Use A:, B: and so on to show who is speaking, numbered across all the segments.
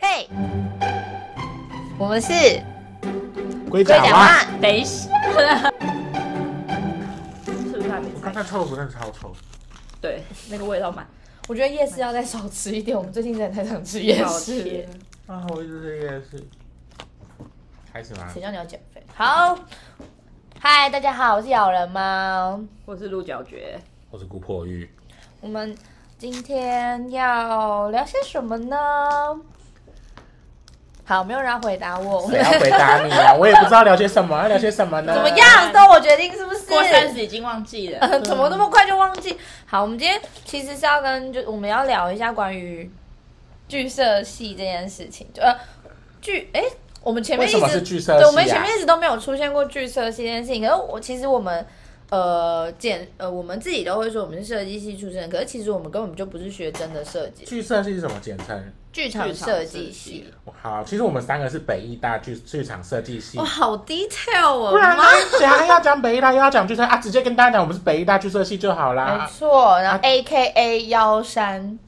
A: 对，我们是
B: 龟
A: 龟
B: 甲
A: 甲
B: 蛙。
A: 蛙。
C: 等一下，是不是还没
B: 我刚才
C: 猜？
B: 臭的真的超臭，
C: 对，那个味道蛮
D: 我觉得夜市要再少吃一点，我们最近真的太想吃夜
C: 好
D: 市
C: 甜
D: 了。。
B: 啊，我一直这个也是，还行吧
D: 谁。叫你要减肥？好，嗨，大家好，我是咬人猫。
C: 我是鹿角蕨，
B: 我是姑婆 玉，
D: 我们今天要聊些什么呢？好，没有人要回答我，
B: 谁要回答你啊？我也不知道聊些什么，要聊些什么呢？
D: 怎么样都我决定是不是？
C: 过三十已经忘记
B: 哎
C: 了。
D: 怎
B: 啊
D: 么那么快就忘记？好，我们今天其实是要跟就我们要聊一下关于剧社系这件事情，就呃剧哎、我们前
B: 为
D: 面
B: 什
D: 一
B: 么是
D: 直
B: 剧社
D: 对，我们
B: 系
D: 前
B: 啊？
D: 面一直都没有出现过剧社系这件事情。可是我其实我们呃简呃我们自己都会说我们是设计系出身，可是其实我们根本就不是学真的设计，
B: 剧社系是什么简称？
D: 剧场设计系。
B: 好，其实我们三个是北艺大剧剧场设计系
D: 哇，，好 detail 哦！
B: 不然呢
D: 妈？
B: 谁还要讲北艺大又要讲剧社啊？直接跟大家讲我们是北艺大剧社系就好
D: 没
B: 啦。
D: 错，然后
B: 啊
D: A K A 幺三，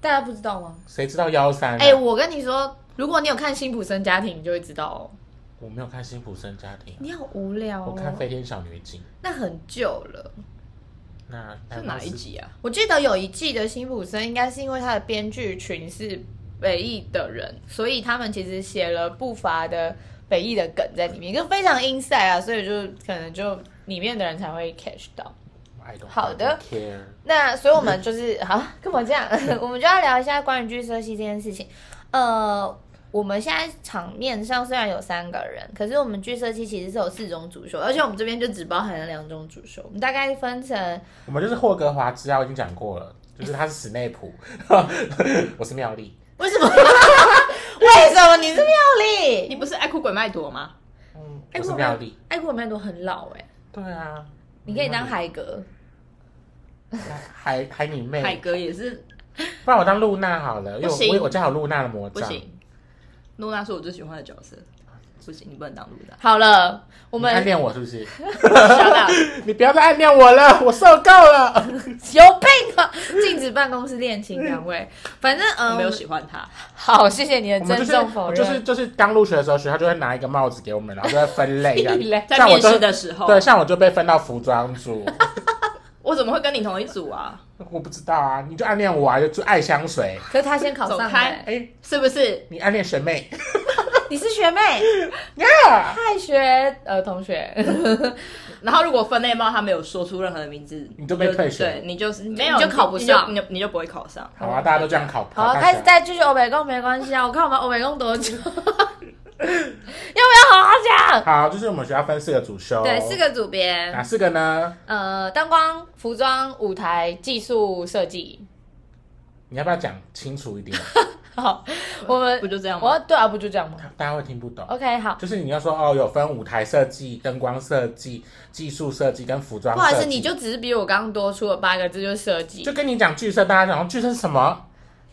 D: 大家不知道吗？
B: 谁知道幺三？
D: 哎、我跟你说，如果你有看《辛普森家庭》，你就会知道哦。
B: 我没有看《辛普森家庭啊
D: 你好无聊》，
B: 我看《
D: 哦，
B: 飞天小女警》。
D: 那很久了。
B: 那
C: 是哪一？集啊？
D: 我记得有一季的《辛普森》，应该是因为他的编剧群是北艺的人，所以他们其实写了不乏的北艺的梗在里面，就非常 inside 啊，所以就可能就里面的人才会 catch 到。
B: I don't
D: 好的
B: fucking care。
D: 那所以我们就是好，干嘛这样？ 我们就要聊一下关于剧社系这件事情。呃，我们现在场面上虽然有三个人，可是我们剧社系其实是有四种主修，而且我们这边就只包含了两种主修，我们大概分成
B: 我们就是霍格华兹啊，我已经讲过 了，就是他是史内普， 我是妙丽。
D: 为什么？ 为什么你是妙
C: 你
D: 丽？
C: 不是爱哭鬼麦朵吗？
B: 嗯，我是妙丽。
D: 艾库曼多很老哎、
B: 对啊，
D: 你可以当海格，
B: 海海你
C: 海
B: 妹，
C: 格也是
B: 不然我当露娜好了，因为
C: 不行
B: 我我我家有露娜的魔
C: 不
B: 杖。
C: 行。露娜是我最喜欢的角色，不行，你不能当露娜。
D: 好了，我
B: 我
D: 们
B: 暗恋我是不是？
D: 小岛
B: 你不要再暗恋我了，我受够 了。
D: 有病啊！禁止办公室恋情，两位，反正嗯，
C: 我没有喜欢他，
D: 好，谢谢你的
B: 我们就
D: 郑
B: 是
D: 重否认，
B: 就是就是刚入学的时候，学校就会拿一个帽子给我们，然后就会分类 这
D: 屁嘞
B: 样。
C: 在
B: 像我
C: 面
B: 就
C: 试的时候，
B: 对，像我就被分到服装组，
C: 我怎么会跟你同一组啊？
B: 我不知道啊，你就暗恋我啊，就就爱香水。
D: 可是他先考上
C: 走开
D: 来。
B: 哎、
C: 是不是？
B: 你暗恋学妹？
D: 你是学妹，
B: 呀
D: 太学呃同学，
C: 然后如果分类帽他没有说出任何的名字，
B: 你就被退学
C: 对，你就是没有
D: 你就考不上
C: 你就你就你就不会考上。
B: 好啊，大家都这样考。考
D: 好，
B: 大
D: 开
B: 学
D: 始再继续欧北共没关系啊，我看我们欧北共多久， 要不要好好讲？
B: 好，就是我们学校分四个主修，
D: 对，四个组
B: 哪
D: 别，
B: 四个呢？
D: 呃，灯光、服装、舞台、技术设计。
B: 你要不要讲清楚一点？
D: 好，我们
C: 不就这样
D: 我
C: 吗？
D: 要对啊，不就这样吗
B: 大家会听不懂。
D: ？OK，好，
B: 就是你要说哦，有分舞台设计、灯光设计、技术设计跟服装
D: 不
B: 设计。嗯
D: 好意思，你就只是比我刚刚多出了八个字，就是设计
B: 就。跟你讲剧社，大家讲剧社是什么？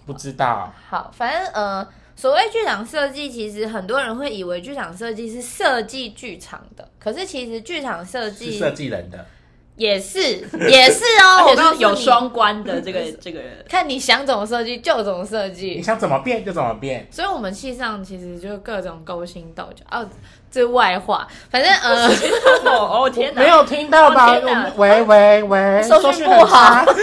B: 不知道，
D: 好，反正呃，所谓剧场设计，其实很多人会以为剧场设计是设计剧场的，可是其实剧场设
B: 是
D: 计
B: 设计人的。
D: 也是也是 哦，
C: 而
D: 我
C: 且
D: 告诉
C: 是
D: 你
C: 有双关的 这个这个
D: 看你想怎么设计就怎么设
B: 你
D: 计。
B: 想怎么变就怎么变。
D: 所以，我们系上其实就各种勾心斗角哦，这外话。反正 呃，
C: 哦哦天哪！
B: 没有听到吧？
C: 哦天哪
B: 我们喂喂喂，
D: 收
B: 收
D: 讯
B: 很
D: 不好
B: 差。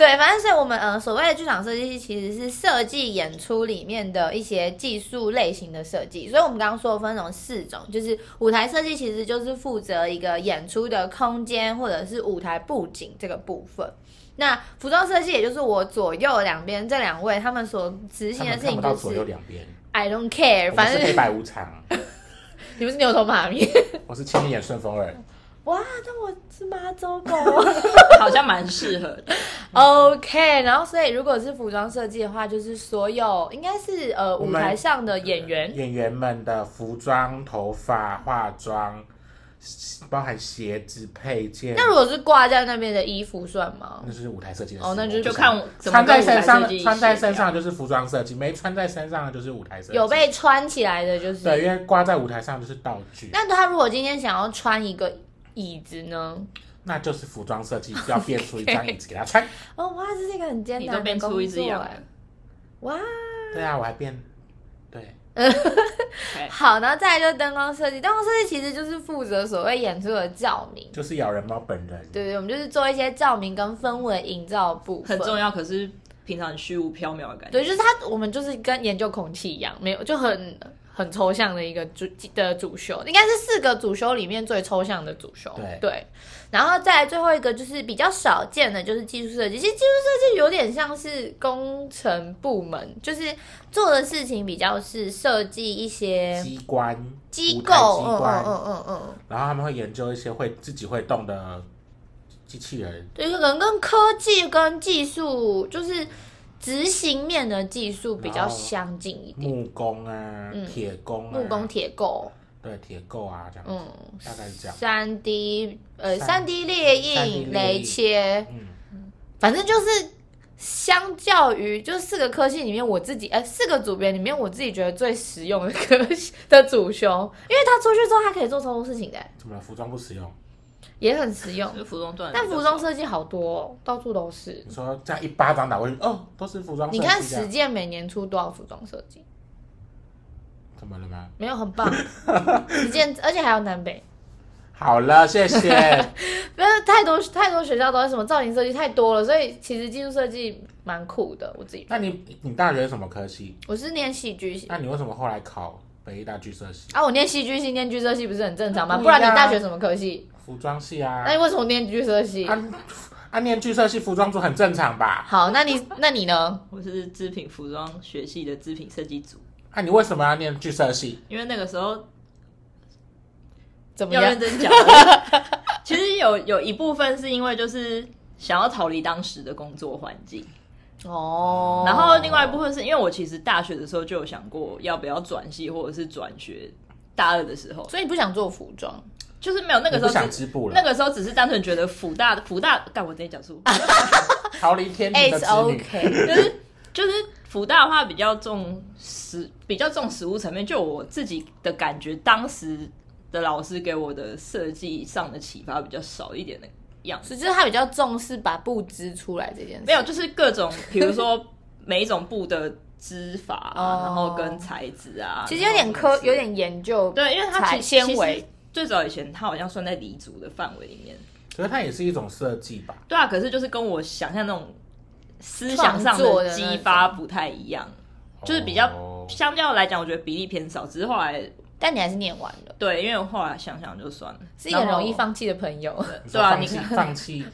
D: 对，反正所以我们呃所谓的剧场设计其实是设计演出里面的一些技术类型的设计。所以我们刚刚说分成四种，就是舞台设计其实就是负责一个演出的空间或者是舞台布景这个部分。那服装设计，也就是我左右两边这两位，他们所执
B: 他
D: 行的
B: 们
D: 事
B: 看
D: 情
B: 不到
D: 就
B: 左右
D: 是
B: 两边，
D: I don't care，
B: 我们
D: 反
B: 是黑
D: 正
B: 白无常，
D: 你们是牛头马面。
B: 我是千里眼顺风耳。
D: 哇，那我是妈祖狗。啊
C: 好像蛮适合的。
D: OK，然后所以如果是服装设计的话，就是所有应该是呃
B: 我
D: 舞
B: 们
D: 台上的演员，
B: 演员们的服装、头发、化妆，包含鞋子配件。
D: 那如果是挂在那边的衣服算吗
B: 那？就是舞台设计的
D: 哦
B: 事
D: 那就是
B: 我不
C: 就看
B: 想
C: 我怎么
B: 穿在
C: 跟舞
B: 身
C: 台设
B: 上
C: 计，
B: 穿在
C: 协调
B: 身上就是服装设计，没穿在身上的就是舞台设计。
D: 有被穿起来的就是。
B: 对，因为挂在舞台上就是道具，
D: 那他如果今天想要穿一个椅子呢？
B: 那就是服装设计要变出一张椅子给他穿。
D: 哦，哇，这是一个很艰
C: 你
D: 难
C: 都
D: 的
C: 变
D: 工
C: 出一只
D: 作
C: 羊
D: 哎
C: 了。
D: 哇，
B: 对啊，我还变对，
C: OK
D: 好，然后再来就是灯光设计，灯光设计其实就是负责所谓演出的照明，
B: 就是咬人猫本人。
D: 对不对？我们就是做一些照明跟氛围营造部分，
C: 很重。要，可是平常很虚无缥缈的感觉。
D: 对，就是它，我们就是跟研究空气一样，没有就很很抽象的一个主的主修，应该是四个主修里面最抽象的主修。
B: 对
D: 然后再来最后一个就是比较少见的，就是技术设计。其实技术设计有点像是工程部门，就是做的事情比较是设计一些
B: 机关、
D: 机
B: 舞
D: 构，
B: 台机
D: 嗯
B: 关
D: 嗯，嗯嗯嗯，
B: 然后他们会研究一些会自己会动的机器人。
D: 对，可能跟科技跟技术就是执行面的技术比较
B: 然后
D: 相近一点，
B: 木工啊，
C: 嗯
B: 铁工啊，
D: 木工、铁构。
B: 对铁构啊，这样子，
D: 嗯
B: 大概是这样。
D: 三 D 呃三
B: 三
D: D 列
B: 3D
D: 印、
B: 列
D: 雷
B: 印
D: 切，
B: 嗯，
D: 反正就是相较于就四个科系里面，我自己呃四个组别里面，我自己觉得最实用的科系的主修，因为他出去之后，他可以做超多事情的，
B: 怎么了？服装不实用？
D: 也很实用。
B: 嗯
C: 就服装断了
D: 但
C: 比较
D: 服装
C: 少
D: 设计好多、哦，到处都是。
B: 你说这样一巴掌打过去，哦，都是服装设
D: 你
B: 计这
D: 看
B: 样。
D: 实践每年出多少服装设计？
B: 怎么了吗？
D: 没有很棒，实践而且还有南北，
B: 好了，谢谢。
D: 不是太多太多学校都是什么造型设计太多了，所以其实技术设计蛮酷的，我自己觉得
B: 那你你大学是什么科系？
D: 我是念戏剧系
B: 那你为什么后来考北艺大剧社系、
D: 啊，我念戏剧系、念剧社系不是很正常吗？
B: 不一
D: 不然你
B: 样啊
D: 大学什么科系？
B: 服装系啊
C: 哎
D: 那？你为什么念剧社系？
B: 啊啊，念剧社系服装组很正常吧？
D: 好，那你那你呢？
C: 我是织品服装学系的织品设计组，
B: 啊，你为什么要念剧社系？
C: 因为那个时 候
D: 怎么
C: 要
D: 样
C: 认？真讲， 其实有有一部分是因为就是想要逃离当时的工作环境，
D: 哦，
C: 然后另外一部分是因为我其实大学的时候就有想过要不要转系或者是转学，大二的时候
D: 所以你不想做服装？
C: 就是没有那个
B: 你不
C: 时候
B: 想
C: 只
B: 织布
C: 那
B: 了？
C: 个时候只是单纯觉得辅大辅大，干我直接讲出，
B: 逃离天庭的
D: It's
C: 哎
B: 子女。
D: OK，
C: 就是就是福大的话比较重实，比较重实物层面。就我自己的感觉，当时的老师给我的设计上的启发比较少一点的样子。
D: 所以就是他比较重视把布织出来这件事。
C: 没有，就是各种，比如说每一种布的织法啊、
D: 哦
C: 然后跟材质啊，
D: 其实有点科
C: 然，后
D: 有点研究。
C: 对，因为它
D: 材
C: 其
D: 纤。
C: 其
D: 维
C: 实最早以前，它好像算在黎族的范围里面。
B: 可是它也是一种设计吧？
C: 对啊，可是就是跟我想象那种思想上
D: 创作的那种
C: 激发不太一样，就是比较、
B: 哦
C: 相较来讲，我觉得比例偏少。只是后来
D: 但你还是念完了，
C: 对，因为我后来想想就算了，
D: 是一个很
C: 然后
D: 容易放弃的朋友，
B: 你说
C: 对啊，
B: 放
C: 你
B: 弃
C: 看
B: 放弃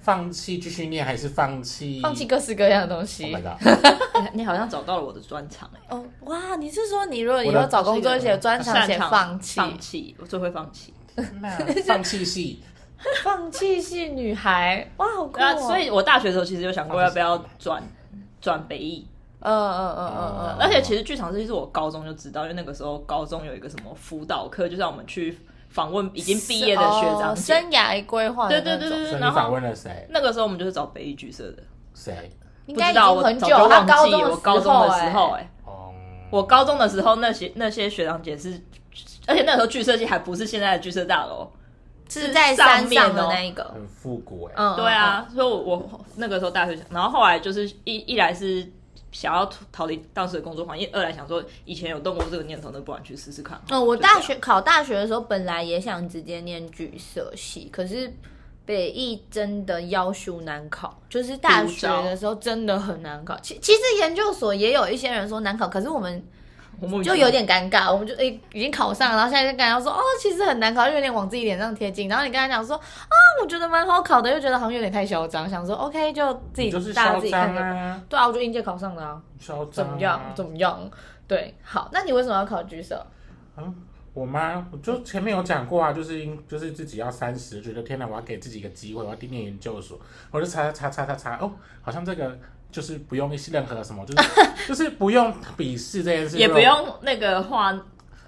B: 放弃继续念，还是放弃？
D: 放弃各式各样的东
B: Oh
D: 西
B: my。god！
C: 哎你好像找到了我的专长哎、
D: 哦，哇，你是说你如果以
B: 我的
D: 后找工作写专长
C: 擅
D: 写
C: 长
D: 放弃，
C: 放弃，我最会放弃。
B: 那 放弃系，
D: 放弃系女孩，哇，好酷
C: 对啊，
D: 哦！
C: 所以我大学的时候其实有想过要不要转转北艺，
D: 嗯嗯 嗯
B: 呃
D: 嗯嗯，
C: 哦而且其实剧场设计是我高中就知道，因为那个时候高中有一个什么辅导课，就让我们去访问已经毕业的学长
D: 哦
C: 姐。
D: 生涯规划的
C: 对
D: 那
C: 对
D: 种，
C: 对
B: 所以
C: 对对，
B: 你
C: 然后
B: 访问了谁？
C: 那个时候我们就是找北艺剧社的，
B: 谁？
D: 应
C: 不
D: 该
C: 知
D: 已
C: 道
D: 经
C: 我
D: 很
C: 早
D: 久，
C: 就
D: 他
C: 忘
D: 高
C: 记
D: 中
C: 我高中的时候，
D: 哎，
C: 哎，
B: 哦，
C: 我高中的时候那些那些学长姐是，而且那时候剧设计还不是现在的剧社大楼，
D: 是在
C: 上
D: 山上
C: 面
D: 的
C: 哦
D: 那一个，
B: 很复古哎。
D: 嗯，
C: 对啊，所以我我那个时候大学，然后后来就是一一来是想要逃离当时的工作环境，二来想说以前有动过这个念头，那不然去试试看。
D: 嗯。嗯，我
C: 就这样
D: 大学考大学的时候，本来也想直接念剧社系，可是北艺真的要求难考，就是大学的时候真的很难考。其其实研究所也有一些人说难考，可是我们
C: 我莫名其
D: 就
C: 妙
D: 有点尴尬，我们就诶、已经考上了，然后现在就跟他说哦，其实很难考，就有点往自己脸上贴金。然后你跟他讲说啊，我觉得蛮好考的，又觉得好像有点太嚣张，想说 OK 就自己
B: 你就是
D: 大家
B: 嚣
D: 自己看
B: 张
D: 着办。
B: 啊，
D: 对啊，我就应届考上了啊，
B: 嚣张啊。
D: 怎么样？怎么样？对，好，那你为什么要考居社？
B: 我妈，我就前面有讲过啊，就是因就是自己要三十，觉得天哪，我要给自己一个机会，我要去念研究所，我就查查查查查， 哦，好像这个就是不用任何什么，就是就是不用笔试这 件事，
C: 也不
B: 就
C: 用那个画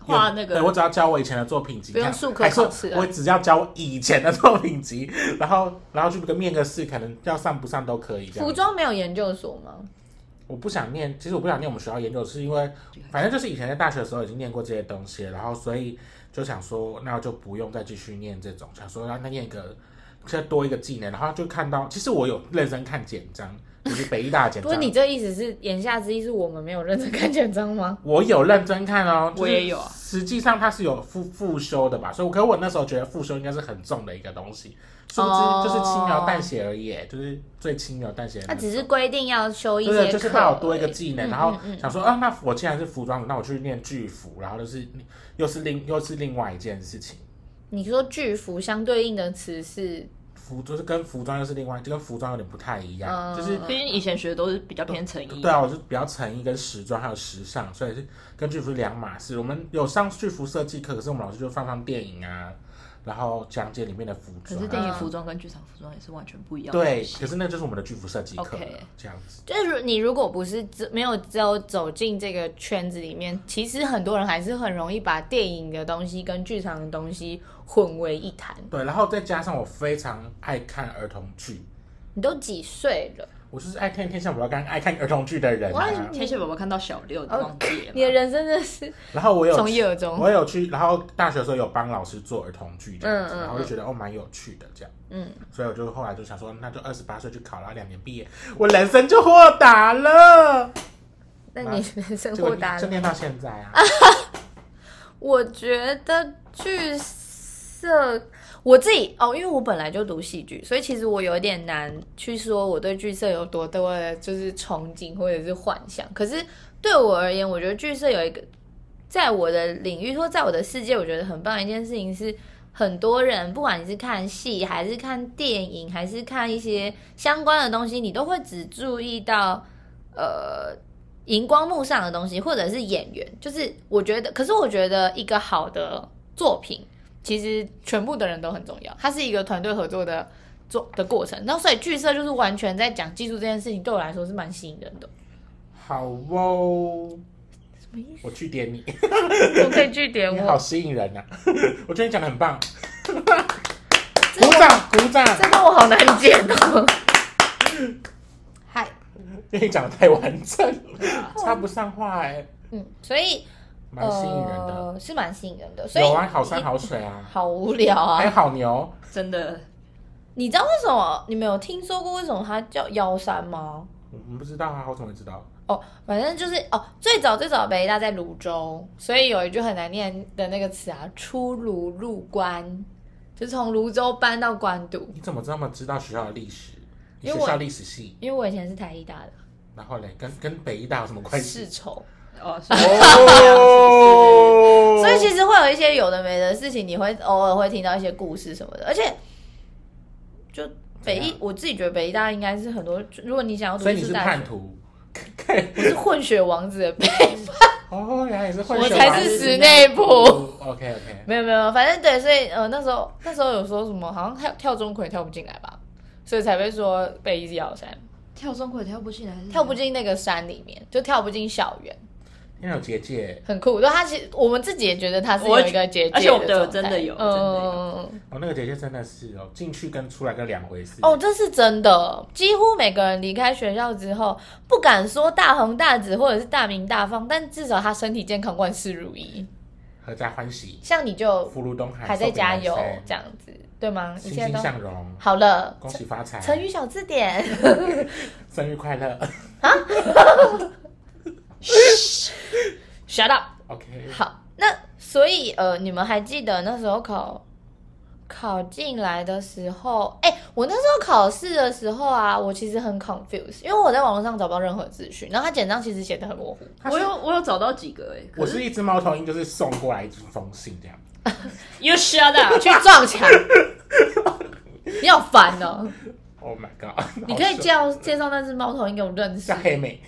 C: 画那
B: 对我
C: 个，
B: 只要教我以前的作品集，
D: 不用
B: 看
D: 术科
B: 还是
D: 考试啊
B: 我只要教我以前的作品集，然后然后去个面个试，可能要上不上都可以这样。
D: 服装没有研究所吗？
B: 我不想念，其实我不想念我们学校研究，是因为反正就是以前在大学的时候已经念过这些东西了，然后所以就想说，那就不用再继续念这种，想说让他念一个再多一个技能，然后就看到，其实我有认真看简章，就是北医大的简
D: 不
B: 章。
D: 是你这意思是言下之意是我们没有认真看简章吗？
B: 我有认真看哦，
C: 我也有啊
B: 就是实际上它是有复复修的吧，所以我可我那时候觉得复修应该是很重的一个东西，殊不
D: 哦
B: 知就是轻描淡写而已，就是最轻描淡写的
D: 他
B: 那种。
D: 只是规定要修一
B: 对，啊
D: 些
B: 就是
D: 课
B: 他
D: 而
B: 有
D: 已，嗯
B: 多一个技能，然后想说啊，那我既然是服装的，那我去念剧服，然后就是又是另又是另外一件事情，
D: 你说巨幅相对应的词是
B: 服就是跟服装又是另外，就跟服装有点不太一样，
D: 嗯
B: 就是
C: 毕竟以前学的都是比较偏成衣，
B: 对啊，我就比较成衣跟时装还有时尚，所以是跟剧服是两码事。我们有上剧服设计课，可是我们老师就放放电影啊，然后讲解里面的服
C: 可
B: 装
C: 是
B: 啊。
C: 电影服装跟剧场服装也是完全不一样的东
B: 对，
C: 西。
B: 可是那就是我们的剧服设计课
C: OK
B: 这样子。
D: 就是如你如果不是只没有只有走进这个圈子里面，其实很多人还是很容易把电影的东西跟剧场的东西混为一谈。
B: 对，然后再加上我非常爱看儿童剧，
D: 你都几岁了？
B: 我就是爱看《天下我要看爱看儿童剧的人、
D: 哇
B: 啊。
C: 天蝎宝宝看到小哦六，你忘记
D: 你的
C: 了吗？
D: 人生真的是
B: 然后我有
D: 从
B: 去
D: 一而终。
B: 我有去，然后大学的时候有帮老师做儿童剧这样子，
D: 嗯嗯
B: 然后就觉得哦蛮有趣的这样，
D: 嗯，
B: 所以我就后来就想说，那就二十八岁去考，然后两年毕业，我人生就豁达了。
D: 那你人生
B: 结
D: 豁
B: 果
D: 达
B: 就
D: 了？
B: 念到现在 啊，
D: 我觉得剧社我自己哦，因为我本来就读戏剧，所以其实我有点难去说我对剧社有多多的就是憧憬或者是幻想。可是对我而言，我觉得剧社有一个在我的领域或在我的世界，我觉得很棒的一件事情是。很多人，不管你是看戏，还是看电影，还是看一些相关的东西，你都会只注意到，呃，荧光幕上的东西，或者是演员。就是我觉得，可是我觉得一个好的作品，其实全部的人都很重要，它是一个团队合作的做的过程。那所以剧社就是完全在讲技术这件事情，对我来说是蛮吸引人的。
B: 好哦，
D: 什么意思？
B: 我去点你，
D: 怎么可以据点
B: 你
D: 我
B: 好？吸引人呐、啊 我觉得你讲的 很棒，
D: 这
B: 鼓
D: 段
B: 掌鼓掌，
D: 这段我好难解哦。嗨，
B: 因为你讲的太完整 了，插不上话哎、
D: 嗯，所以
B: 蛮吸引人的。
D: 呃、是蛮吸引人的。所以
B: 有啊，好山好水啊，
D: 好无聊
B: 还有
D: 啊！
B: 好牛，
C: 真的，
D: 你知道为什么你们有听说过为什么它叫妖山吗？
B: 我们不知道啊，我怎么会知道？
D: 哦，反正就是哦，最早最早北大在泸州，所以有一句很难念的那个词啊，“出泸入关”，就是从泸州搬到关渡。
B: 你怎么这么知道学校的历史？你
D: 因
B: 学
D: 为我
B: 校历史系，
D: 因为我以前是台艺大的
B: 然后嘞，跟跟北医大有什么关系
D: 世？仇，
C: 哦，是
B: 哦，
D: 所以其实会有一些有的没的事情，你会偶尔会听到一些故事什么的，而且就北
B: 怎
D: 艺
B: 样，
D: 我自己觉得北艺大应该是很多，如果你想要读
B: 啊所以
D: 艺
B: 你
D: 术
B: 是
D: 大
B: 叛
D: 学，
B: 徒。
D: 我是混血王子的辈
B: 哦，原来你是混
D: 我
B: 血
D: 才
B: 王
D: 是
B: 子
D: 室内婆。
B: 哦 OK OK，
D: 没有没有，反正对，所以呃那时候那时候有说什么，好像跳跳钟馗也跳不进来吧，所以才被说被一直摇山，
C: 跳钟馗跳不进来，
D: 跳不进那个山里面，就跳不进校园，
B: 天有结界
D: 很酷。对，他其实我们自己也觉得他是
C: 我
D: 有一个结界
C: 而且我们
D: 的
C: 都有
D: 状态
C: 真的有
D: 嗯
C: 真的有
D: 嗯嗯
B: 哦，那个结界真的是哦，进去跟出来跟两回事。
D: 哦，，这是真的，几乎每个人离开学校之后，不敢说大红大紫或者是大名大放，但至少他身体健康，万事如意。
B: 合家欢喜，
D: 像你就
B: 福如东海，
D: 还在加油
B: 寿比南山
D: 这样子，对吗？你
B: 欣
D: 现
B: 欣
D: 在都
B: 向荣，
D: 好了，
B: 恭喜发财，
D: 成语小字典。
B: 生日快乐。
D: Shut up！
B: OK，
D: 好，那所以呃，你们还记得那时候考考进来的时候，哎、我那时候考试的时候啊，我其实很 confused，因为我在网络上找不到任何资讯，然后他简章其实写的很模糊。
C: 我有我有找到几个哎、欸，
B: 我是一只猫头鹰，就是送过来一封信这样。
C: You shut up！
D: 去撞墙，你好烦哦！
B: Oh my god！
D: 你可以
B: 好
D: 介绍介绍那只猫头鹰给我认识
B: 叫。黑妹，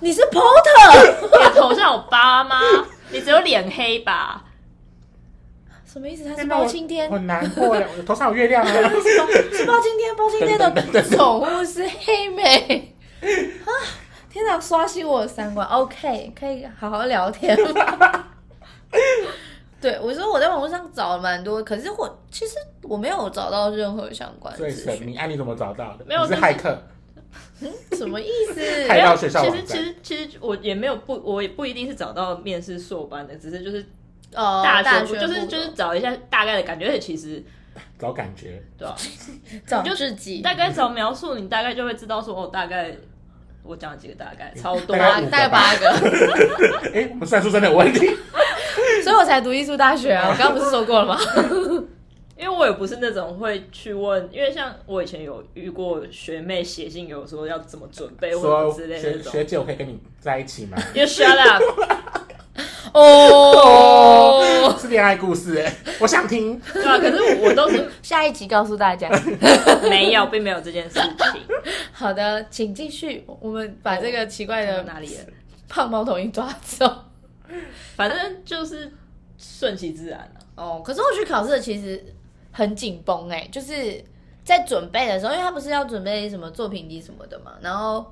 D: 你是 porter
C: 你的头上有疤吗？ 你只有脸黑吧？
D: 什么意思？他是包青天，
B: 哎我难过了，我头上有月 亮 啊。
D: 是包青天，包青天
B: 等等等等
D: 的宠物是黑妹啊！天哪，刷新我的三观。OK，可以好好聊天。 对，我说我在网络上找了蛮多，可是我其实我没有找到任何相关
B: 最
D: 资
B: 神
D: 讯，
B: 秘，哎、你怎么找到的？
C: 没有
B: 你是
C: 就是
B: 骇客，
D: 什么意思？
B: 害到学校
C: 其
B: 网
C: 实
B: 站
C: 其实其实我也没有不，我也不一定是找到面试硕班的，只是就是
D: 哦，
C: 大
D: 大
C: 学部、
D: 学
C: 就是
D: 部
C: 就是
D: 的
C: 找一下大概的感觉，而且其实
B: 找感觉。
C: 对啊，
D: 找
C: 就
D: 自己，
C: 大概只要描述，你大概就会知道说，哦，大概我讲了几个大概，超多
B: 嗯大
D: 八
B: 概
D: 大概八个，
B: 哎，我们算术真的有问题。
D: 所以我才读艺术大学 啊。我刚刚不是说过了吗？
C: 因为我也不是那种会去问，因为像我以前有遇过学妹写信给我说要怎么准备或者
B: 说
C: 之类的
B: 学
C: 那
B: 学
C: 种，
B: 姐，我可以跟你在一起吗？
C: 因为啊 shut up，
D: 哦，
B: 是恋爱故事哎，我想听。
C: 对啊，可是我都是
D: 下一集告诉大家。
C: 没有，并没有这件事情，
D: 好的，请继续。我们把这个奇怪
C: 到
D: 的
C: 哪里了？
D: 胖猫头鹰抓走。
C: 反正就是顺其自然啊。
D: 哦，可是我去考试其实很紧绷哎，就是在准备的时候，因为他不是要准备什么作品集什么的嘛，然后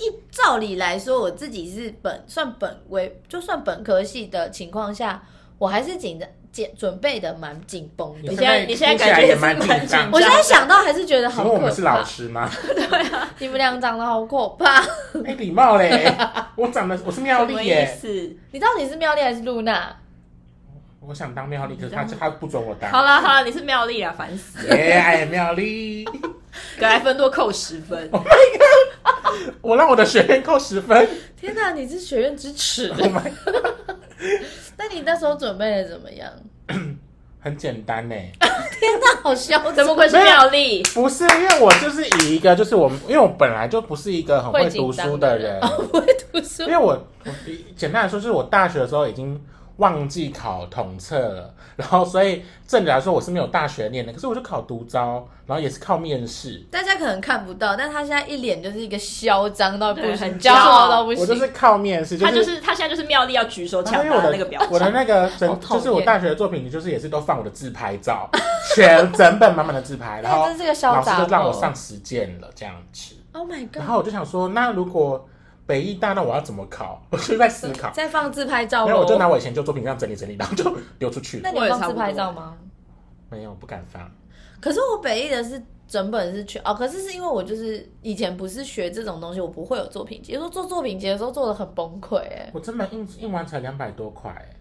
D: 一照理来说，我自己是本算本为就算本科系的情况下，我还是紧的紧准备的蛮紧绷的
C: 你
B: 你。
C: 现在你
B: 现
C: 现在
B: 在
C: 感
B: 听
C: 觉
B: 起来也蛮
C: 是
B: 紧
C: 蛮
B: 张
C: 紧
D: 我现
C: 张
D: 在
C: 的
D: 想到还是觉得好
B: 请
D: 可
B: 问
D: 怕。
B: 我们是老师吗？
D: 你们俩长得好可怕。
B: 哎，礼貌 嘞，我长得我是妙
C: 什
B: 丽
C: 么意
B: 耶，
C: 思？
D: 你到底是妙丽还是露娜？
B: 我想当妙丽，可是他他不准我
C: 好
B: 当。
C: 啦好啦，你是妙丽啊，烦死了！
B: 耶，哎妙丽，
C: 格莱芬多扣十分，
B: 我让我的学员扣十分。
D: 天哪，你是学院之耻！
B: Oh my-
D: 那你那时候准备的怎么样？
B: 很简单呢，
D: 那好嚣张，
C: 怎么会是妙丽？
B: 不是因为我就是以一个就是我，因为我本来就不是一个很会读书的人，
D: 不会读书
B: 因？为我我简单来说，就是我大学的时候已经忘记考统测了，然后所以正理来说我是没有大学念的，可是我就考独招，然后也是靠面试。
D: 大家可能看不到，但他现在一脸就是一个嚣张到不
C: 对
D: 行，
C: 很
D: 骄
C: 骄傲
D: 傲到不
B: 我就
D: 行。
B: 是靠面试，。
C: 他就是是他现在就是妙丽要举手
B: 然后
C: 抢
B: 因为
C: 答
B: 我的
C: 那个表
B: 我的
C: 情，
B: 那个整
D: 讨厌
B: 就是我大学的作品，就是也是都放我的自拍照，全整本满满的 自拍，然后
D: 哎真是个嚣
B: 老师
D: 张
B: 就让我
D: 哦
B: 上实践了这样子。
D: Oh my
B: 然
D: god！
B: 后我就想说，那如果北艺大，那我要怎么考？ 我就在 思考。
D: 再放自拍照
B: 然后我就
D: 吗？
B: 拿我以前旧作品这样整理整理，然后就丢出去
D: 那。你
C: 我也
D: 有放
C: 差
D: 自
C: 不多
D: 拍照吗？
B: 没有，不敢放。
D: 可是我北艺的是整本是全哦，可是是因为我就是以前不是学这种东西，我不会有作品集，有时候做作品集的时候做的很崩溃 哎。
B: 我真的印印完才两百多块欸，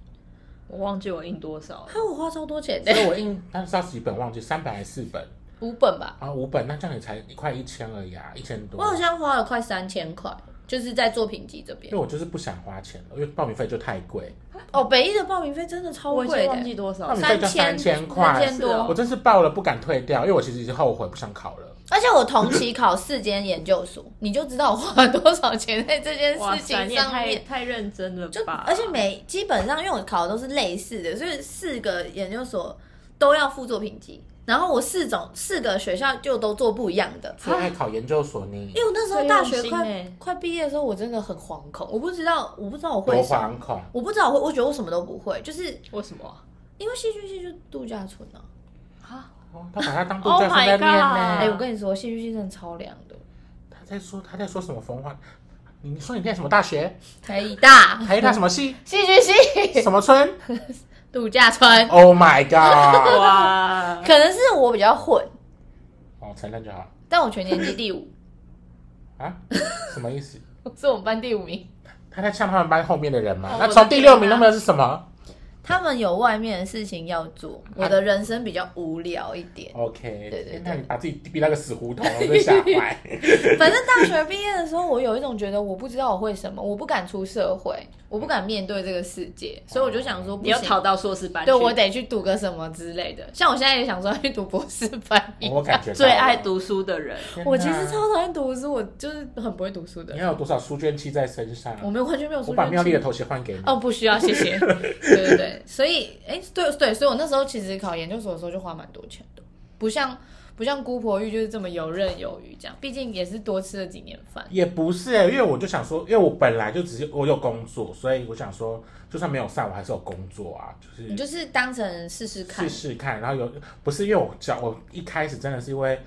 C: 我忘记我印多少了。
D: 还有我花超多钱的
B: 所，以我印当时要几本忘记，三百还是四本
D: 五本吧，
B: 啊？五本，那这样也才快一千而已啊，一千多
D: 我。好像花了快三千块，就是在作品集这边
B: 因为。我就是不想花钱了，因为报名费就太贵，
D: 哦，北艺的报名费真的超
C: 我已
D: 贵
C: 经忘
D: 的，欸
C: 记多
B: 那
C: 少了
B: 你，再加
D: 千
B: 3000块
D: 三千
C: 是
D: 多
C: 哦
B: 我。真是报了不敢退掉，因为我其实已经后悔不想考了。
D: 而且我同期考四间研究所，你就知道我花了多少钱在这件
C: 哇
D: 事
C: 塞，
D: 情
C: 你也
D: 上
C: 太
D: 面。
C: 太认真了
D: 就
C: 吧？
D: 而且每基本上，因为我考的都是类似的，所以四个研究所都要附作品集，然后我四种四个学校就都做不一样的。
B: 最爱考研究所呢
D: 因，为我那时候大学
C: 最用
D: 快、
C: 心欸
D: 快毕业的时候，我真的很惶恐，我不知道我不知道我会
B: 多
D: 什么，
B: 惶恐。
D: 我不知道我会，我觉得我什么都不会，就是
C: 为什么啊？
D: 因为戏剧系就度假村啊。
B: 哦，他把 它当度
C: Oh
B: 假村在
C: my
B: 念呢
C: god
D: 哎、我跟你说，戏剧系真的超凉的，
B: 他在说他在说什么疯话？你你说你念什么大学？
D: 台大
B: 台大什么系？
D: 戏剧系
B: 什么村
D: 度假村，
B: ？Oh my god！
C: 哇，
D: 可能是我比较混，
B: 哦，承认就好
D: 但我全年级第五，
B: 啊？什么意思？
D: 我是我们班第五名。
B: 他在呛他们班后面的人吗
C: 哦？
B: 那
C: 我的
B: 从第六名
C: 天啊
B: 那边是什么
D: 他们有外面的事情要做，我的人生比较无聊一点。
B: ？OK，
D: 对对
B: 那你把自己逼到个死胡同，我被吓坏。
D: 反正大学毕业的时候，我有一种觉得我不知道我会什么，我不敢出社会，我不敢面对这个世界，所以我就想说，不
C: 你要
D: 行
C: 逃到硕士班去？
D: 对我得去读个什么之类的。像我现在也想说要去读博士班 一样。
B: 我感觉到
C: 最爱
B: 了。
C: 读书的人，
B: 哦天哪
D: 我其实超讨厌读书，我就是很不会读书的
B: 你。还有多少书卷气在身上？啊
D: 我没有完全没有出
B: 我
D: 去。
B: 把妙丽的头衔换给你。
D: 哦，不需要，谢 谢。对对对，所以哎、对对，所以我那时候其实考研究所的时候就花蛮多钱的，不像不像姑婆玉就是这么游刃有余这样，毕竟也是多吃了几年饭。
B: 也不是、欸，因为我就想说，因为我本来就只是我有工作，所以我想说，就算没有上，我还是有工作啊，就是
D: 你就是当成试试看
B: 试，试看。然后有不是因为我脚，我一开始真的是因为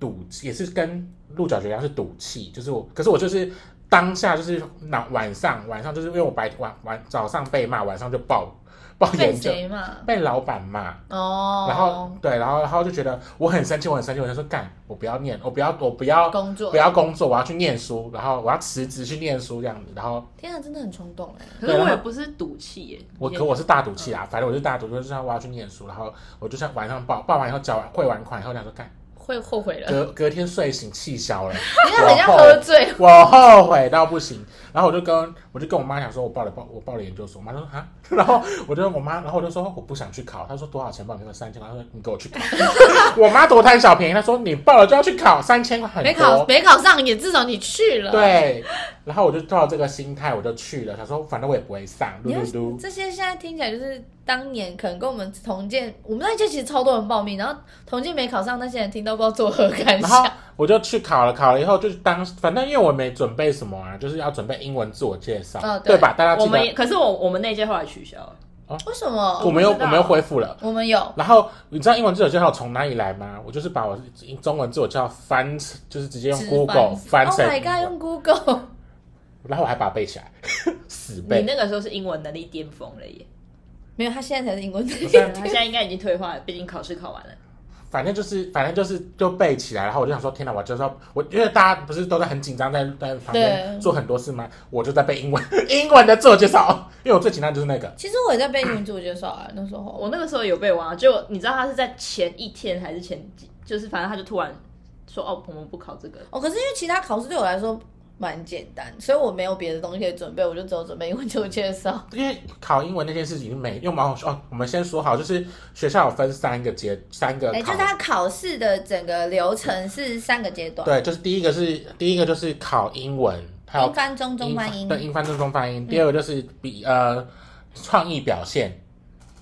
B: 赌，也是跟鹿角蕨一样是赌气，就是我，可是我就是当下就是那晚上晚上就是因为我白晚晚早上被骂，晚上就爆抱
D: 被
B: 怨症，
D: 谁骂？
B: 被老板骂。
D: 哦，
B: 然后对，然后然后就觉得我很生气，我很生气，我就说干，我不要念，我不要，我不要
D: 工作
B: 不，要工作，我要去念书，然后我要辞职去念书这样子。然后
D: 天啊，真的很冲动哎。
C: 可
B: 对
C: 是
B: 然
C: 我
B: 后
C: 也不是赌气耶，
B: 我
C: 也
B: 可我是大赌
D: 嗯
B: 气啦，反正我是大赌，就是说我要去念书，然后我就像晚上报报完以后缴完汇完款以后，想说干，
D: 会后悔了，
B: 隔隔天睡醒气消了，
D: 因为很像
B: 我后
D: 喝醉。
B: 我后悔到不行。然后我就跟我就跟我妈讲说，我报了报我报了研究所，我妈就说啊， 然后我就我妈，然后我就说我不想去考，她说多少钱报名？我说三千块，她说你给我去考。 我妈多贪小便宜，她说你报了就要去考，三千块很
D: 没
B: 多。
D: 考没考上，也至少你去了。，
B: 对，然后我就抱着这个心态，我就去了，想说反正我也不会上，
D: 你
B: 噜
D: 要
B: 噜噜。
D: 这些现在听起来就是当年可能跟我们同届，我们那一届其实超多人报名，然后同届没考上，那些人听到不知道作何感
B: 然后
D: 想。
B: 我就去考了，考了以后就是当反正因为我没准备什么啊，就是要准备英文自我介绍，
D: 嗯
B: 对
D: 对
B: 吧？大家
C: 哦我
B: 记
C: 们也
B: 得
C: 可是我我们那届后来取消了，
D: 为什么？
B: 我们又
C: 我不
B: 我
C: 知道
B: 们又恢复了。
D: 我们有
B: 然后你知道英文自我介绍从哪里来吗？我就是把我中文自我介绍翻成，就是直接用
D: 直
B: Google 翻
D: ，Oh
B: 成
D: my
B: 英
D: god，
B: 文，
D: 用 Google，
B: 然后我还把它背起来， 死
C: 你
B: 背。
C: 那个时候是英文能力巅峰了耶，
D: 没有，他现在才是英文字
B: 不是
C: 他现在应该已经退化了，毕竟考试考完了。
B: 反正就是，反正就是就背起来，然后我就想说，天哪，我就是要我，因为大家不是都在很紧张，在在旁边
D: 对
B: 做很多事吗？我就在背英文， 英文的自我介绍，因为我最紧张就是那个，
D: 其实我也在背英文自我介绍啊，那时候
C: 我那个时候有被挖，结果你知道他是在前一天还是前几，就是反正他就突然说哦，我们不考这个。
D: 哦，可是因为其他考试对我来说蛮简单，所以我没有别的东西可以准备，我就只有准备英文自我介绍。
B: 因为考英文那件事情没用毛哦。我们先说好，就是学校有分三个阶，三个
D: 哎、就
B: 考
D: 是，他考试的整个流程是三个阶段，
B: 对，就是第一个是第一个就是考英文，还有
D: 英翻中、中翻英，嗯
B: 对英翻正中翻英，第二个就是比呃创意表现，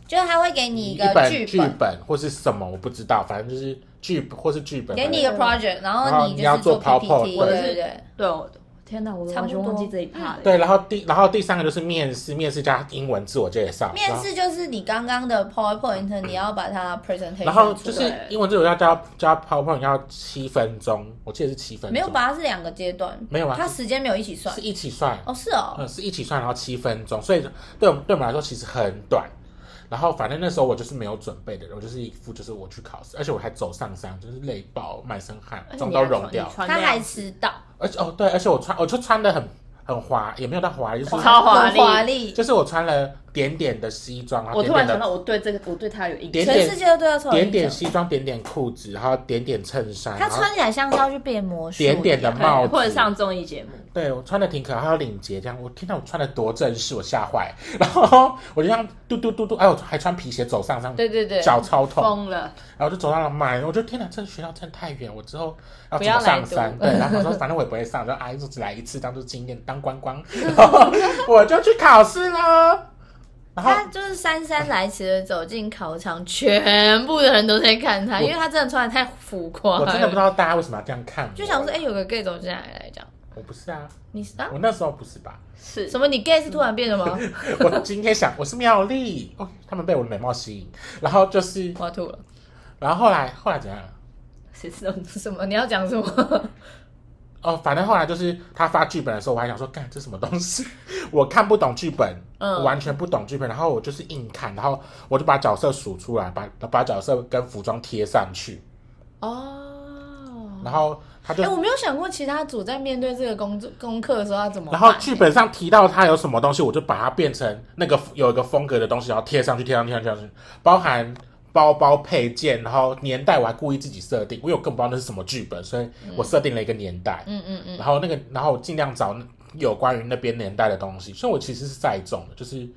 D: 就是他会给你一个
B: 本
D: 剧
B: 剧本或是什么我不知道，反正就是剧或是剧本，
D: 给你一个 project，然
B: 然后
D: 后
B: 你
D: 你就
B: 要
D: 是
B: 做
D: PPT，
B: PowerPoint
D: 对对对。
C: 对，我天哪，我
D: 差
C: 完
D: 不多
C: 全忘记这一趴了。
B: 对，然后第然后第三个就是面试，面试加英文自我介绍，
D: 面试就是你刚刚的 PowerPoint，你要把它 presentation
B: 然后，然后
D: 出
B: 就
D: 来
B: 是英文自我介绍加加 PowerPoint 要七分钟，我记得是七分钟，
D: 没有？吧？它是两个阶段，
B: 没有啊
D: 它时间没有一起算
B: 是。一起算，
D: 哦，是哦，
B: 呃，是一起算，然后七分钟，所以对我们对我们来说其实很短。然后反正那时候我就是没有准备的人，我就是一副就是我去考试，而且我还走上山，就是累爆，满身汗，
C: 而且
B: 妆
C: 你
B: 都
C: 还
B: 融
C: 穿
B: 掉
C: 你。穿
D: 他
C: 那样
D: 还迟到，
B: 而且哦对，而且我穿我就穿的很很华，也没有到啊华丽，就是
C: 超华丽
D: 很华丽，
B: 就是我穿了点点的西装，然后
C: 我
B: 点
C: 突
B: 点
C: 然
B: 的
C: 想到，我对这个，我对他有印
B: 点
C: 象。
D: 全世界都对他超有
B: 点
D: 印
B: 点
D: 象。
B: 西装，点点裤子，然后点点衬衫，
D: 他
B: 然后
D: 穿起来像是要去变魔术一样，
B: 点点的帽
C: 对
B: 子，
C: 或者上综艺节目，
B: 对我穿的挺可爱，还有领结这样。我天哪，我穿的多正式，我吓坏。然后我就这样嘟嘟嘟嘟，哎，我还穿皮鞋走上上，
D: 对对对，
B: 脚超痛。
C: 疯了。
B: 然后就走上了买，我就天哪，这个学校真的太远，我之后要
C: 不
B: 怎
C: 要
B: 么
C: 来
B: 上
C: 读
B: 山？对，然后我说反正我也不会上，就哎，就只来一次当做经验，当 观光。然后我就去考试了。然后
D: 他就是姗姗来迟的走进考场，全部的人都在看他，
B: 我
D: 因为他真的穿的太浮夸
B: 我真的不知
D: 了，
B: 道大家为什么要这样看我，
D: 就想说，哎、有个 gay 走进来来讲，
B: 我不是啊，
D: 你是啊
B: 我那时候不是吧？
C: 是
D: 什么？你 gay 是突然变的 吗？
B: 我今天想，我是妙丽哦，他们被我的美貌吸引，然后就是，
D: 我要吐了，
B: 然后后来后来怎样？
C: 谁知道你？
D: 什么？你要讲什 么？
B: 哦，反正后来就是他发剧本的时候，我还想说，干这什么东西？ 我看不懂剧本，
D: 嗯
B: 我完全不懂剧本，然后我就是硬看，然后我就把角色数出来，把把角色跟服装贴上去，
D: 哦，
B: 然后他
D: 哎、
B: 就，
D: 我没有想过其他组在面对这个工作功课的时候要怎么
B: 然
D: 办、
B: 后剧本上提到他有什么东西，我就把它变成那个有一个风格的东西，然后贴上去，贴上去，贴上去，包含。包包配件，然后年代我还故意自己设定，因为我更不知道那是什么剧本，所以我设定了一个年代。
D: 嗯嗯嗯，
B: 然后那个，然后我尽量找有关于那边年代的东西，所以我其实是在中的，就是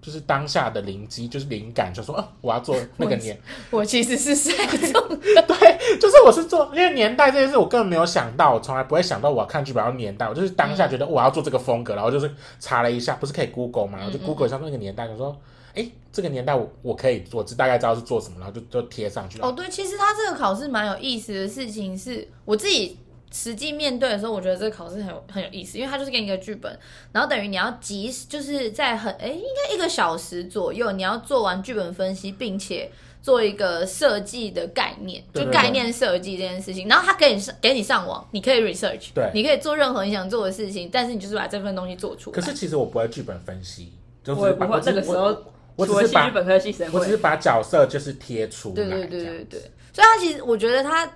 B: 就是当下的灵机，就是灵感，就说哦、我要做那个年，
D: 我其实是赛中
B: 对，就是我是做，因为年代这件事我根本没有想到，我从来不会想到我要看剧本要年代，我就是当
C: 嗯
B: 下觉得、哦我要做这个风格，然后就是查了一下，不是可以 Google
C: 嗯
B: 嘛，我就 Google 一下那个年代，就说哎这个年代我我可以，我知大概知道是做什么，然后就就贴上去了。
D: 哦，对，其实他这个考试蛮有意思的事情是，我自己实际面对的时候，我觉得这个考试很有很有意思，因为他就是给你一个剧本，然后等于你要及时，就是在很诶，应该一个小时左右，你要做完剧本分析，并且做一个设计的概念，
B: 对
D: 就
B: 对对
D: 概念设计这件事情。然后他给你上给你上网，你可以 research，
B: 对
D: 你可以做任何你想做的事情，但是你就是把这份东西做出来。
B: 可是其实我不会剧本分析，就是
C: 我也不
B: 把
C: 会
B: 只
C: 那个时候
B: 我我只
C: 除了
B: 是
C: 戏
B: 把
C: 剧本科系谁
B: 我只是
C: 会？
B: 把角色就是贴出来，
D: 对对对
B: 这样
D: 对对，所以他其实我觉得他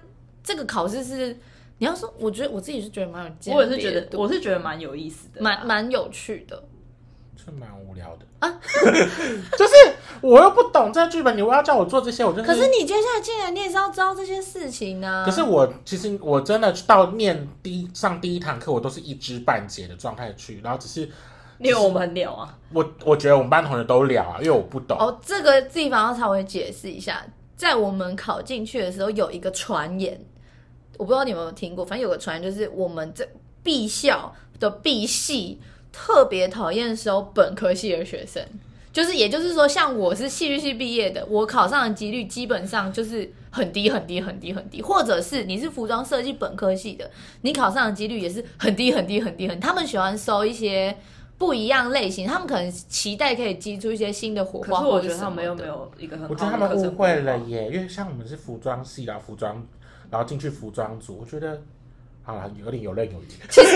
D: 这个考试是，你要说，我觉得我自己是觉得蛮有鉴
C: 我也是
D: 别
C: 觉得，
D: 度
C: 我是觉得蛮有意思的啦，
D: 蛮蛮有趣的。
B: 是蛮无聊的啊， 就是我又不懂这剧本，你又要叫我做这些，我就是。
D: 可是你接下来进来，你也是要知道这些事情啊呢、
B: 可是我其实我真的到念第一上第一堂课，我都是一知半解的状态去，然后只是
C: 因为我们很聊啊。
B: 我我觉得我们班同学都聊啊，因为我不懂。
D: 哦，这个地方要稍微解释一下，在我们考进去的时候有一个传言，我不知道你们有没有听过，反正有个传言就是我们这必校的必系特别讨厌收本科系的学生，就是也就是说，像我是戏剧系毕业的，我考上的几率基本上就是很低很低很低很低，或者是你是服装设计本科系的，你考上的几率也是很低很低很低很低，他们喜欢收一些。不一样类型，他们可能期待可以激出一些新的火
C: 可
D: 花。
C: 是我觉
D: 或
C: 得
D: 者什
C: 他们又
D: 么的
C: 没有一个很好
B: 我
C: 的
B: 觉得他们
D: 哦
C: 课程
B: 误会
C: 规划
B: 了 耶，因为像我们是服装系，然后服装，然后进去服装组，我觉得好了，有点游刃有余。
D: 其实，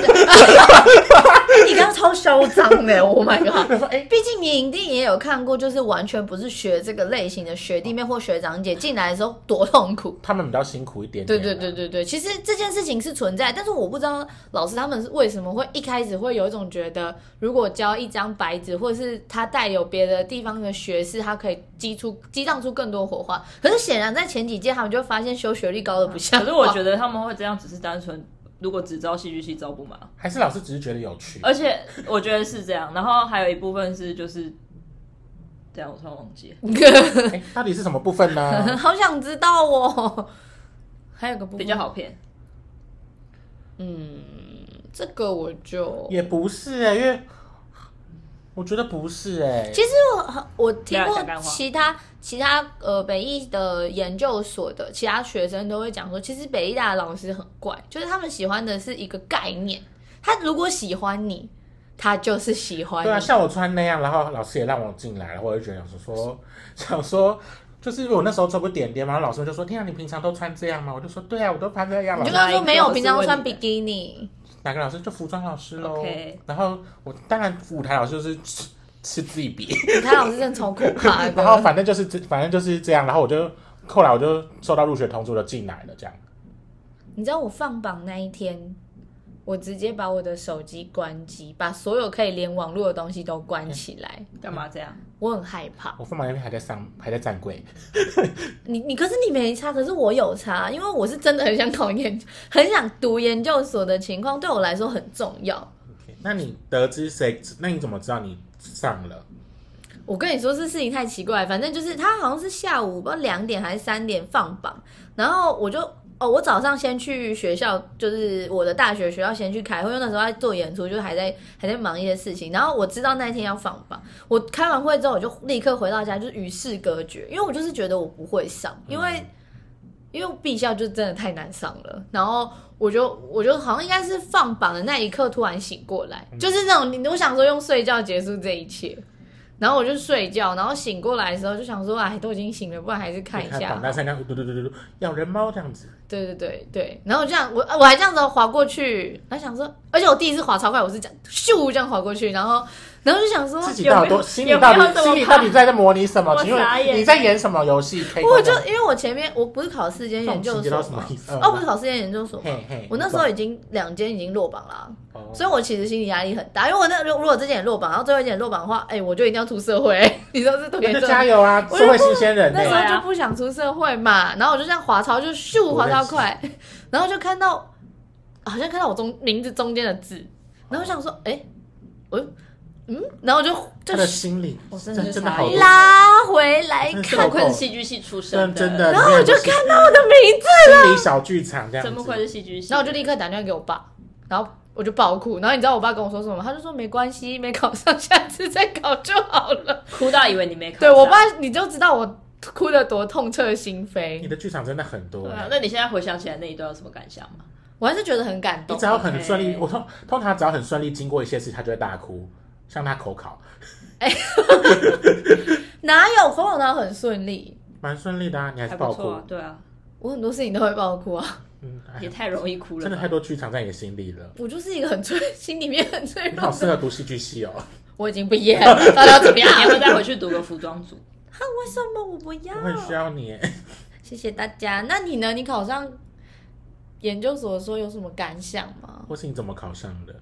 D: 你刚刚超嚣张的，Oh my god！
B: 他说：“哎、
D: 毕竟你一定也有看过，就是完全不是学这个类型的学弟妹或学长姐进来的时候多痛苦。
B: 他们比较辛苦一点啊
D: 对
B: 点。”
D: 对对。对对，其实这件事情是存在，但是我不知道老师他们是为什么会一开始会有一种觉得，如果交一张白纸，或者是他带有别的地方的学士，他可以激出激荡出更多火花。可是显然在前几届，他们就发现修学历高的不像话。
C: 可是我觉得他们会这样，只是单纯如果只招戏剧系招不满，
B: 还是老师只是觉得有趣，
D: 呃
C: 而且我觉得是这样。然后还有一部分是就是，这样我突然忘记了，
B: 哎、到底是什么部分呢？
D: 好想知道哦。还有个部分
C: 比较，好骗。
D: 嗯这个我就
B: 也不是哎、因为我觉得不是哎、
D: 其实我我听
C: 不要
D: 过
C: 啊讲干话
D: 其他其他呃北艺的研究所的其他学生都会讲说，其实北艺大的老师很怪，就是他们喜欢的是一个概念，他如果喜欢你，他就是喜欢你。
B: 对啊，像我穿那样，然后老师也让我进来，然后我就觉得想说，想说，就是我那时候抽过点点嘛，然后老师就说：“天啊，你平常都穿这样吗？”我就说：“对啊，我都穿这样。”
D: 你
B: 老
D: 就跟他
B: 师
D: 说没有，
C: 哪一
D: 平
C: 个老
D: 常
C: 师问
D: 穿
C: 你
D: 比基尼。
B: 哪个老师就服装老师喽。
C: OK
B: 然后我当然舞台老师就是嗤嗤之以鼻，
D: 舞台老师真的超可怕
B: 然后
D: 的，
B: 反正就是这反正就是这样，然后我就后来我就收到入学通知，我就进来了这样。
D: 你知道我放榜那一天，我直接把我的手机关机，把所有可以连网络的东西都关起来，
C: 干嘛这样？
D: 我很害怕。
B: 我父母那边还在上还在站柜，
D: 你你可是你没差，可是我有差，因为我是真的很想考研， 很想读研究所的情况对我来说很重要。
B: 那你得知谁？那你怎么知道你上了？
D: 我跟你说，这事情太奇怪，反正就是他好像是下午不知道两点还是三点放榜，然后我就哦，我早上先去学校，就是我的大学学校先去开会，因为那时候在做演出，就还在还在忙一些事情。然后我知道那一天要放榜，我开完会之后我就立刻回到家，就是与世隔绝，因为我就是觉得我不会上，因为。因为必校就真的太难上了，然后我就我就好像应该是放榜的那一刻突然醒过来，
B: 嗯
D: 就是那种你我想说用睡觉结束这一切，然后我就睡觉，然后醒过来的时候就想说，哎，都已经醒了，不然还是看一
B: 你
D: 下
B: 榜。单三张，嘟嘟嘟嘟嘟，咬人猫这样子。
D: 对对对对，然后我这样，我我啊还这样子滑过去，然后想说，而且我第一次滑超快，我是这样咻这样滑过去，然后然后就想说，
B: 自己到底
C: 有没有
B: 多心里到
C: 有没有这
B: 底
C: 么
B: 心里
C: 怕
B: 到底在在模拟什么
C: 我？
B: 请
C: 傻眼
B: 问你在演什么游戏？可以跟
D: 我就
B: 们
D: 因为我前面我不是考四间
B: 这种
D: 研究
B: 情节
D: 所
B: 到什么
D: 吗
B: 意？思？嗯
D: 哦，不是考四间研究所吗？
B: 嘿嘿，
D: 我那时候已经两间已经落榜了啊、
B: 哦
D: 所以我其实心理压力很大，因为我那如如果这件也落榜，然后最后一件也落榜的话，哎、我就一定要出社会， 你知道是多
B: 那
D: 严
B: 就
D: 重？
B: 加油啊，
D: 我
B: 社会新鲜人呢
D: 那。时
C: 对
D: 候
C: 啊
D: 就不想出社会嘛，然后我就这样滑超，就咻
B: 我
D: 滑
B: 认
D: 超
B: 识
D: 快，然后就看到好像看到我中名字中间的字，然后我想说，哎、我嗯，然后我就
B: 他
D: 就
B: 的心里
C: 我真的
B: 真
C: 是
B: 真的
C: 傻
B: 好
C: 眼
B: 多，
D: 拉回来
B: 真的是
D: 看
B: 好
C: 他
B: 多
C: 可是戏剧系出身
B: 哦真
C: 的，
B: 真的，
D: 然后我就
B: 里面
D: 看到我的名字，
B: 心理小剧场这样子。
C: 真不愧是戏剧系。
D: 然后我就立刻打电话给我爸，然后我就爆哭，然后你知道我爸跟我说什么？他就说没关系，没考上，下次再考就好了。
C: 哭到以为你没考上。
D: 对我爸，你就知道我哭得多痛彻心
B: 你
D: 扉。
B: 的剧场真的很多
C: 对
B: 欸。
C: 啊，那你现在回想起来那一段有什么感想吗？
D: 我还是觉得很感
B: 你
D: 动
B: 只。要很顺利，
C: OK
B: 我通通常只要很顺利经过一些事，他就会大哭，像他口考
D: 哪有口口都很顺利，
B: 蛮顺利的啊，你还是
C: 还
B: 爆
C: 不
B: 哭
C: 错，啊，对啊，
D: 我很多事情都会爆哭啊。
B: 嗯，哎
C: 也太容易哭了
B: 真的
C: 吧。
B: 太多剧场在你的心里了。
D: 我就是一个很脆，心里面很脆
B: 你
D: 弱
B: 好适
D: 的。
B: 合读戏剧系哦，
A: 我已经毕业了，大家怎 么样？
C: 你要不要再回去读个服装组？
D: 为什么我不要
B: 我？很需要你。
D: 谢谢大家。那你呢？你考上研究所的时候有什么感想 吗？
B: 或是你怎么考上的？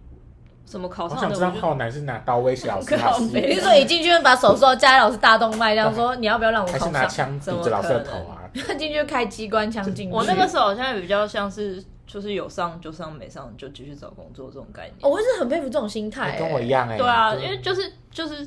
C: 什么考
B: 我
C: 上
B: 想
C: 的？
B: 知道
C: 我就
B: 浩南是拿刀威胁老师，还
C: 靠
B: 是
C: 北
D: 你是说一进去就把手术架在老师大动脉，这样 说你要不要让我
B: 还是
D: 考
B: 拿
D: 上？
B: 枪
C: 怎
B: 堵
C: 么
B: 着老师的
C: 可
B: 头
C: 能
B: 啊？
D: 进去开机关枪进去。
C: 我那个时候好像比较像是，就是有上就上，没上就继续找工作这种概念。
D: 哦，我一直很佩服这种心态、欸
B: 你跟我一。样哎、
C: 对啊，
B: 就是
C: 因为就是就是，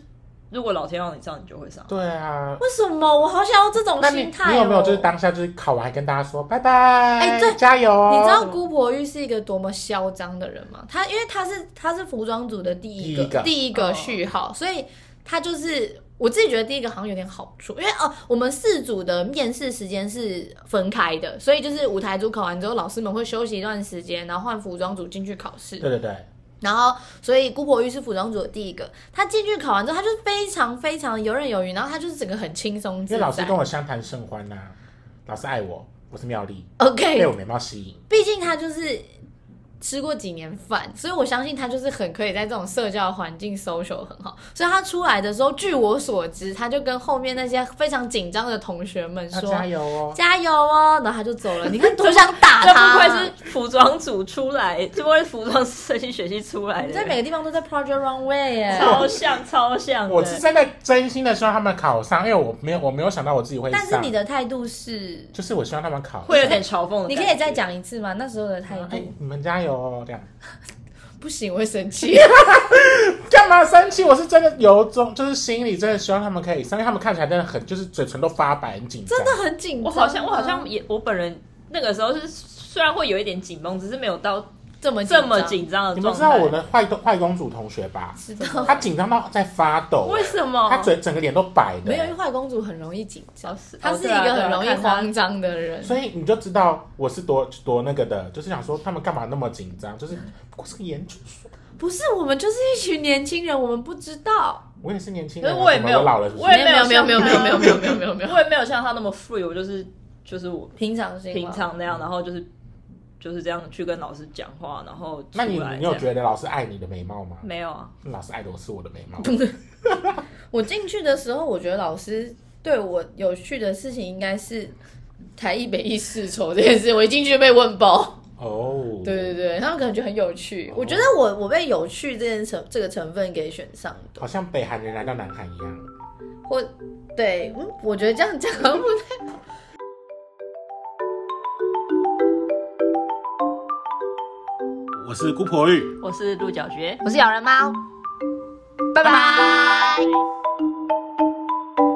C: 如果老天让你上，你就会上。
B: 对啊。
D: 为什么我好想要这种
B: 那你
D: 心态、哦
B: 你有没有就是当下就是考完还跟大家说拜拜？
D: 哎对
B: 加油哦！
D: 你知道姑婆玉是一个多么嚣张的人吗？她因为她是她是服装组的第一个
B: 第一个哦
D: 个序号，所以她就是我自己觉得第一个好像有点好处，因为哦、我们四组的面试时间是分开的，所以就是舞台组考完之后，老师们会休息一段时间，然后换服装组进去考试。
B: 对对对，
D: 然后，所以姑婆玉是服装组的第一个，她进去考完之后，她就是非常非常游刃有余，然后她就是整个很轻松
B: 因
D: 自
B: 为老师
D: 在
B: 跟。我相谈甚欢呐、老师爱我，我是妙丽，
D: OK，
B: 被我美貌吸引。
D: 毕竟他就是吃过几年饭，所以我相信他就是很可以在这种社交环境 social 很好。所以他出来的时候，据我所知，他就跟后面那些非常紧张的同学们
B: 要
D: 说
B: 加油哦！
D: 啊加油哦，然后他就走 了。你看多想打
C: 这
D: 他，
C: 不愧是服装组出来，这不愧是服装设计学系出来
D: 你
C: 的，
D: 在每个地方都在 Project Runway 耶。
C: 超像超像的。
B: 我是真的真心的希望他们考上，因为我没有我没有想到我自己会上。
D: 但是你的态度是，
B: 就是我希望他们考上
C: 会有点嘲讽的感觉。
D: 你可以再讲一次吗？那时候的态
B: 哎
D: 度，
B: 你们加油哦，这样
D: 不行，我会生 气。
B: 干嘛生气？我是真的由衷，就是心里真的希望他们可以上，因为他们看起来真的很，就是嘴唇都发白，很紧张。
D: 真的很紧
C: 我
D: 张啊，
C: 好像我好像也我本人那个时候是虽然会有一点紧绷，只是没有到
D: 这么
C: 这么
D: 紧
C: 紧张的
B: 你
C: 状
B: 们
C: 态。
B: 知道我的坏公坏公主同学吧？
D: 张，知道
B: 她紧张到在发抖、欸
C: 为什么？
B: 她整整个脸都白 的、
D: 没
B: 欸
D: 有，因为坏公主很容易紧张
C: 哦是，
D: 她
C: 哦
D: 是一
C: 对啊
D: 个很
C: 对啊
D: 容易
C: 看她
D: 慌张的人。
B: 所以你就知道我是多多那个的，就是想说他们干嘛那么紧张？就是不过是个研究所，
D: 不是，我们就是一群年轻人，我们不知道。
B: 我也是年轻
C: 可
B: 人
C: 是
B: 啊，
C: 我也没有
B: 怎么老了是不
C: 我也
B: 是？
C: 没有
D: 没有没有没有没有没有没有没有没有，
C: 我也没有像他那么 free，我就是就是我
D: 平常心，
C: 平。常那嗯样，然后就是就是这样去跟老师讲话，然后出
B: 那
C: 来
B: 你
C: 这样
B: 你有觉得老师爱你的美貌吗？
C: 没有啊？
B: 老师爱的我是我的美貌，
D: 我进去的时候，我觉得老师对我有趣的事情应该是台一北一世仇这件事。我一进去就被问爆，
B: 哦，
D: 对对对，他们可能觉得很有趣。我觉得我我被有趣这件成这个成分给选上的，
B: 好像北韩人来到南韩一样。
D: 或对，嗯，我觉得这样讲好像不太。
B: 我是姑婆玉。
C: 我是鹿角蕨。
A: 我是咬人猫，拜拜。